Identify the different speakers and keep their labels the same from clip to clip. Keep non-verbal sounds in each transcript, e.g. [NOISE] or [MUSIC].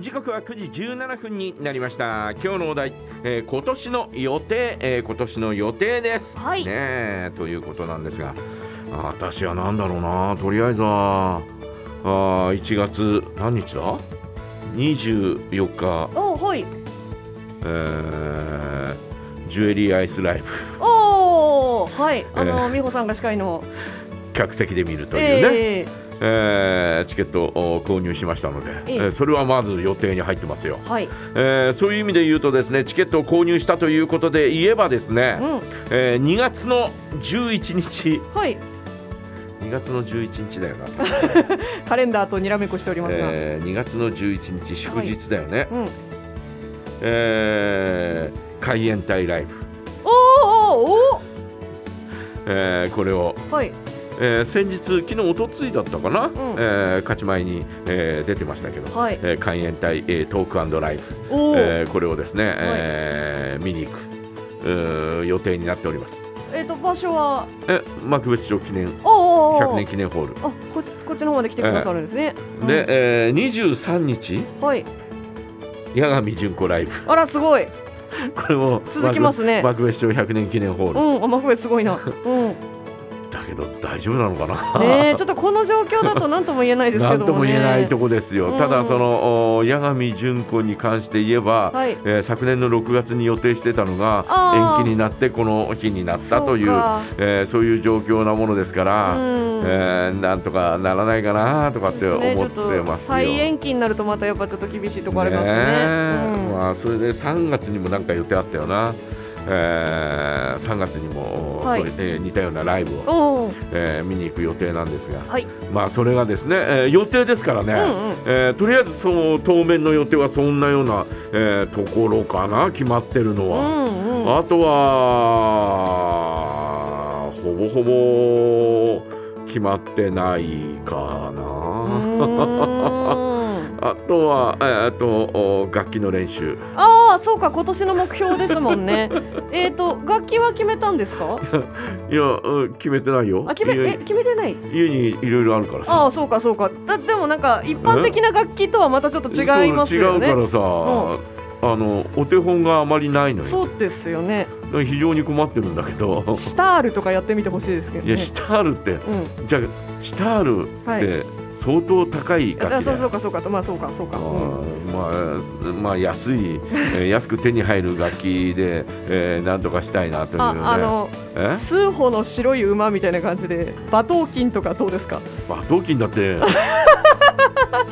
Speaker 1: 時刻は9時17分になりました今日のお題、えー今年の予定、えー今年の予定です、
Speaker 2: はい
Speaker 1: ねえということなんですがあ私は何だろうなとりあえずはあー1月何日だ24日、
Speaker 2: おーはい
Speaker 1: えージュエリーアイスライブ [LAUGHS]
Speaker 2: おーはいあの、
Speaker 1: え
Speaker 2: 美穂さんが司会の
Speaker 1: 客席で見るというね、
Speaker 2: えー
Speaker 1: えーチケットを購入しましたので、
Speaker 2: え
Speaker 1: え
Speaker 2: え
Speaker 1: ーそれはまず予定に入ってますよ
Speaker 2: はい
Speaker 1: えーそういう意味で言うとですねチケットを購入したということで言えばですね、
Speaker 2: うん
Speaker 1: えー2月の11日
Speaker 2: はい
Speaker 1: 2月の11日だよな、
Speaker 2: カレンダーとにらめっこしておりますが、
Speaker 1: えー2月の11日祝日だよね、
Speaker 2: うん
Speaker 1: えー海援隊ライブ、
Speaker 2: おーおー
Speaker 1: えーこれを、
Speaker 2: おーはい
Speaker 1: えー先日昨日おとついだったかな、えー勝ち前に、えー出てましたけど、
Speaker 2: はい
Speaker 1: えー海援隊、えートークライブ、
Speaker 2: おーえ
Speaker 1: えーこれをですね、えー見に行くうー予定になっております。
Speaker 2: っ、と場所は
Speaker 1: え幕別町記念
Speaker 2: おーおー
Speaker 1: 100
Speaker 2: おー
Speaker 1: 年記念ホール
Speaker 2: あここっちの方まで来てくださるんですね、
Speaker 1: で、えー、23日
Speaker 2: うんはい
Speaker 1: 八神純子ライブ
Speaker 2: あらすごい
Speaker 1: これも
Speaker 2: 続きますね
Speaker 1: 幕幕別町100年記念ホー
Speaker 2: う
Speaker 1: ル、
Speaker 2: んあ幕別すごいなうん
Speaker 1: だけど大丈夫なのかな
Speaker 2: ねえちょっとこの状況だと何とも言えないですけ
Speaker 1: な
Speaker 2: どもね
Speaker 1: んとも言えないとこですよ、
Speaker 2: うん
Speaker 1: ただそのお八神純子に関して言えば、
Speaker 2: はい
Speaker 1: えー昨年の6月に予定してたのが
Speaker 2: あー
Speaker 1: 延期になってこの日になったという
Speaker 2: そうか
Speaker 1: そう,、えーそういう状況なものですから、
Speaker 2: うん
Speaker 1: えーなんとかならないかなとかって
Speaker 2: ね
Speaker 1: 思ってますよ。
Speaker 2: ちょっと再延期になるとまたやっぱちょっと厳しいとこありますね
Speaker 1: え
Speaker 2: うん
Speaker 1: まあ、それで3月にもなんか予定あったよな、えー、3月にも、
Speaker 2: はい
Speaker 1: そうえー似たようなライブを、
Speaker 2: おお
Speaker 1: えー見に行く予定なんですが、
Speaker 2: はい
Speaker 1: まあ、それがですね、えー予定ですからね、
Speaker 2: うんうん
Speaker 1: えーとりあえずその当面の予定はそんなような、えーところかな決まってるの
Speaker 2: う
Speaker 1: は、
Speaker 2: んうん
Speaker 1: あとはほぼほぼ決まってないかな。
Speaker 2: うーん
Speaker 1: あとは、えーあとお楽器の練習。
Speaker 2: ああそうか今年の目標ですも
Speaker 1: [LAUGHS]
Speaker 2: んねえっと楽器は決めたんですか
Speaker 1: いや、うん決めてないよ。
Speaker 2: あ決め
Speaker 1: 家
Speaker 2: え決めてない
Speaker 1: 家にいろいろあるからさ。
Speaker 2: ああそうかそうかだでもなんか一般的な楽器とはまたちょっと違いますよね
Speaker 1: そう違うからさ、あのお手本があまりないのよ。
Speaker 2: そうですよね
Speaker 1: だから非常に困ってるんだけど。
Speaker 2: [LAUGHS] シタールとかやってみてほしいですけ
Speaker 1: [LAUGHS]
Speaker 2: ど
Speaker 1: いや、
Speaker 2: ね
Speaker 1: シタールって、
Speaker 2: うん
Speaker 1: じゃあシタール
Speaker 2: は
Speaker 1: って相当高い楽
Speaker 2: あ
Speaker 1: 器
Speaker 2: そ
Speaker 1: だよ。
Speaker 2: うそうかそうかまあそうかそう
Speaker 1: あ
Speaker 2: か、うん
Speaker 1: ーまあす、まあ安い、
Speaker 2: [LAUGHS]
Speaker 1: えー安く手に入る楽器で、えー、なんとかしたいなというね。
Speaker 2: ああの
Speaker 1: え
Speaker 2: 数歩の白い馬みたいな感じで馬頭金とかどうですか [LAUGHS]
Speaker 1: 馬頭金だって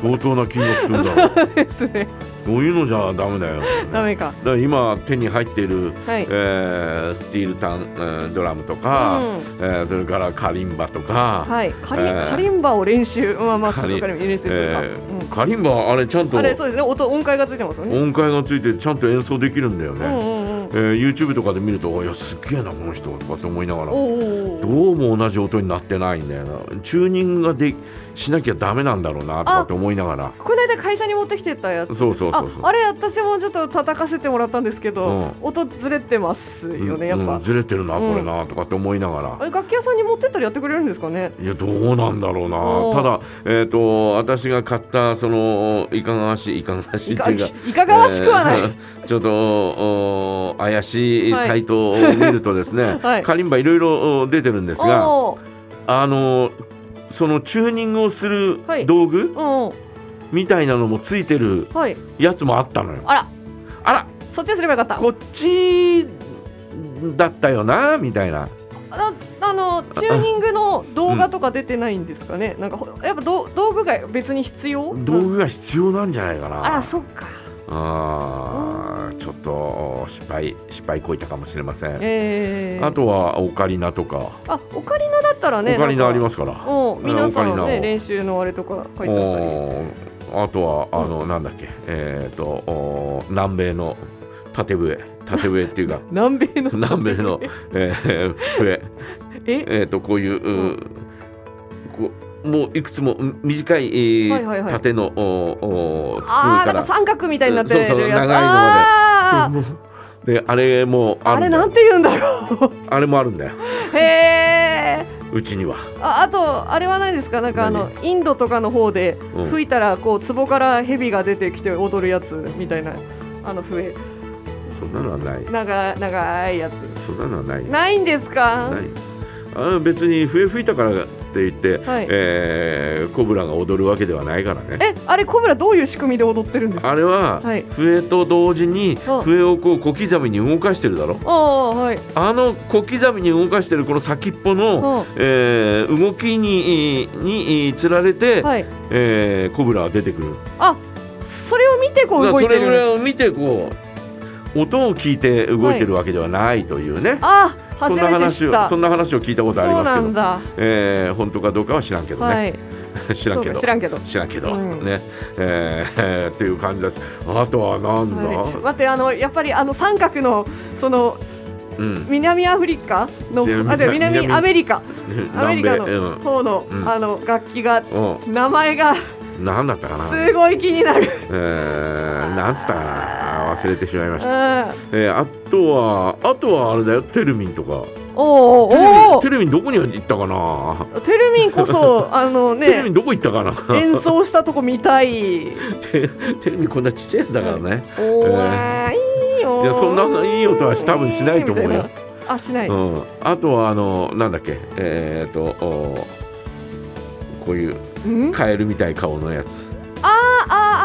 Speaker 1: 相当な金額するだろう。
Speaker 2: ですね
Speaker 1: そういうのじゃダメだよ。
Speaker 2: ダメか
Speaker 1: だから今手に入っている、
Speaker 2: はい
Speaker 1: えースチールタン、えードラムとか、
Speaker 2: うん
Speaker 1: えーそれからカリンバとか、
Speaker 2: はいカリ,、
Speaker 1: えー
Speaker 2: カリンバを練習まあまあ
Speaker 1: カ
Speaker 2: カ
Speaker 1: リ
Speaker 2: リ練習するか、
Speaker 1: えー
Speaker 2: う
Speaker 1: カリンバあれちゃん
Speaker 2: ん、
Speaker 1: と
Speaker 2: あれそうですね音音階がついてますよね
Speaker 1: 音階がついてちゃんと演奏できるんだよ
Speaker 2: うんう
Speaker 1: ね、
Speaker 2: んうん
Speaker 1: えー YouTube とかで見ると「いやすっげえなこの人」とかって思いながらど
Speaker 2: おうおうおう
Speaker 1: うも同じ音になってないんだよなチューニングがでしなきゃダメなんだろうなとかって思いながら
Speaker 2: この間会社に持ってきてたやつ
Speaker 1: そうそうそうそう
Speaker 2: ああれ私もちょっと叩かせてもらったんですけど、
Speaker 1: うん
Speaker 2: 音ずれてますよねやっ
Speaker 1: うん
Speaker 2: ぱ、
Speaker 1: うんずれてるなこれなとかって思いながら、
Speaker 2: あれ楽器屋さんに持ってったらやってくれるんですかね
Speaker 1: いやどうなんだろ
Speaker 2: お
Speaker 1: う
Speaker 2: ー
Speaker 1: なただえっ、と私が買ったそのいかがわしいいかがわしい
Speaker 2: い
Speaker 1: って
Speaker 2: か
Speaker 1: いうか
Speaker 2: いかがわしくはない、
Speaker 1: えーち [LAUGHS] ょっとおー怪しい
Speaker 2: はい
Speaker 1: サイトを見るとですね、
Speaker 2: [LAUGHS] はい
Speaker 1: カリンバいろいろお出てるんですが
Speaker 2: おう
Speaker 1: あのそのチューニングをする
Speaker 2: はい
Speaker 1: 道具
Speaker 2: おう
Speaker 1: みたいなのもついてる
Speaker 2: うんはい
Speaker 1: やつもあったのよ
Speaker 2: あら
Speaker 1: あら
Speaker 2: そっちにすればよかった
Speaker 1: こっちだったよなみたいな
Speaker 2: ああのチューニングの動画とか出てないんですかね、なんかほやっぱど道具が別に必要
Speaker 1: 道
Speaker 2: うん
Speaker 1: 具が必要なんじゃないかな
Speaker 2: あらそっか
Speaker 1: あーちょっと失敗失敗こいたかもしれません。
Speaker 2: えー、
Speaker 1: あとはオカリナとか、
Speaker 2: あオカリナだったらね
Speaker 1: オカリナありますすから。
Speaker 2: お皆さ
Speaker 1: オカ
Speaker 2: ん
Speaker 1: リナ
Speaker 2: ね
Speaker 1: を
Speaker 2: 練習のあれとか書いてあったり
Speaker 1: おーあとはあの、なんだっけえっ、とおー南米の縦笛縦笛っていう
Speaker 2: [LAUGHS]
Speaker 1: か
Speaker 2: 南米の
Speaker 1: 南米の、えー笛
Speaker 2: え
Speaker 1: えっ、とこういううこうもういくつもん短い、えー
Speaker 2: はいはいはい
Speaker 1: 縦のおーおー筒
Speaker 2: あー
Speaker 1: か。
Speaker 2: なんから三角みたいになってるやつ、
Speaker 1: そうそう長いのまで
Speaker 2: あー
Speaker 1: であれもあ
Speaker 2: あ
Speaker 1: る
Speaker 2: れ
Speaker 1: んだよ
Speaker 2: なんて言うんだろう [LAUGHS]
Speaker 1: あれもあるんだよ。
Speaker 2: へえ
Speaker 1: うちには
Speaker 2: ああとあれはないですかなんかあのインドとかの方で
Speaker 1: うん
Speaker 2: 吹いたらこう壺から蛇が出てきて踊るやつみたいなあの笛
Speaker 1: そんなのはない
Speaker 2: 長い長いやつ
Speaker 1: そんなのはない
Speaker 2: ないんですか
Speaker 1: ないあ別に笛吹いたからって言って、
Speaker 2: はい
Speaker 1: えーコブラが踊るわけではないからね
Speaker 2: えあれコブラどういう仕組みで踊ってるんですか
Speaker 1: あれは
Speaker 2: はい
Speaker 1: 笛と同時に
Speaker 2: あ
Speaker 1: 笛をこう小刻みに動かしてるだろ
Speaker 2: ああはい
Speaker 1: あの小刻みに動かしてるこの先っぽ
Speaker 2: あ
Speaker 1: の、えー動きににつられて、
Speaker 2: はい
Speaker 1: えーコブラは出てくる
Speaker 2: あそれを見てこう
Speaker 1: だか
Speaker 2: 動
Speaker 1: ら
Speaker 2: い
Speaker 1: そ
Speaker 2: て
Speaker 1: れぐら
Speaker 2: る
Speaker 1: いを見てこう音を聞いて動いてるわけではないというね、
Speaker 2: あ
Speaker 1: そ
Speaker 2: 初
Speaker 1: んな
Speaker 2: めて
Speaker 1: 話
Speaker 2: 知っ
Speaker 1: を
Speaker 2: た
Speaker 1: そんな話を聞いたことあり
Speaker 2: そう
Speaker 1: ます
Speaker 2: な
Speaker 1: けど
Speaker 2: んだ
Speaker 1: えー本当かどうかは知らんけどね、
Speaker 2: はい
Speaker 1: [LAUGHS] 知らんけど
Speaker 2: そうか知らんけど
Speaker 1: 知らんけど、
Speaker 2: うん
Speaker 1: ね、えーっていう感じですあとはなんだ、
Speaker 2: はい待ってあのやっぱりあの三角のその
Speaker 1: うん
Speaker 2: 南アフリカの
Speaker 1: 違う
Speaker 2: あじゃあ
Speaker 1: 南
Speaker 2: 南アメリカア
Speaker 1: 南
Speaker 2: メリ
Speaker 1: 米
Speaker 2: カ
Speaker 1: う
Speaker 2: の
Speaker 1: ん
Speaker 2: 方の、
Speaker 1: うん
Speaker 2: あの楽器
Speaker 1: う
Speaker 2: が
Speaker 1: ん
Speaker 2: 名前がす
Speaker 1: 何だったかな
Speaker 2: ごい気になる。
Speaker 1: えー、なんつったかな忘れてしまいま
Speaker 2: う
Speaker 1: し
Speaker 2: ん
Speaker 1: た、えーあとはあとはあれだよテルミンとか
Speaker 2: おうおう
Speaker 1: テルミ
Speaker 2: お
Speaker 1: ン
Speaker 2: う
Speaker 1: テルミンどこに行ったかな、
Speaker 2: テルミンこそあ
Speaker 1: [LAUGHS]
Speaker 2: の
Speaker 1: テルミ
Speaker 2: ね
Speaker 1: ンどこ行ったかな [LAUGHS]
Speaker 2: 演奏したとこ見たい。
Speaker 1: テテルミンこんなちっちゃいやつだからね、
Speaker 2: おーいいよ。
Speaker 1: いやそんないい音は多分しないと思うよ
Speaker 2: みたな。あしない。？
Speaker 1: うん、あとはあのなんだっけえっ、とおこういうん
Speaker 2: あ
Speaker 1: カエルみたい顔のやつ
Speaker 2: あ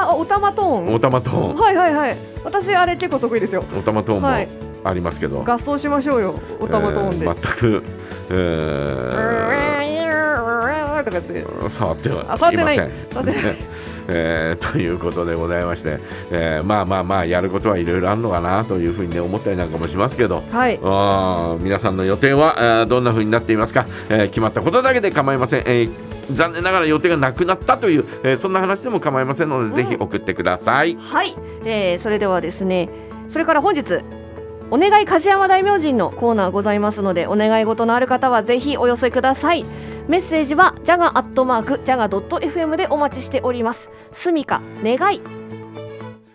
Speaker 2: あおたまトー
Speaker 1: オ
Speaker 2: ン。
Speaker 1: タマトーン
Speaker 2: はいはいはい。私あれ結構得意ですよ。
Speaker 1: オタマトーン
Speaker 2: はい
Speaker 1: もありますけど、
Speaker 2: 合奏しましょうよ。おたまトーンで。
Speaker 1: えー全く、えー
Speaker 2: とかやって。
Speaker 1: 触っては
Speaker 2: あ触ってないい
Speaker 1: ません
Speaker 2: 触ってない
Speaker 1: えーということでございまして、えーまあまあまあやることはいろいろあるのかなというふうに、ね、思ったりなんかもしますけど。
Speaker 2: はい。
Speaker 1: あー皆さんの予定はえーどんな風になっていますか、えー決まったことだけで構いません、えー残念ながら予定がなくなったという、えーそんな話でも構いませんので、ぜひ送ってください
Speaker 2: はい、えー、それではですねそれから本日お願い梶山大明神のコーナーございますのでお願い事のある方はぜひお寄せくださいメッセージはジャガアットマークジャガ .fm でお待ちしておりますスミカ願い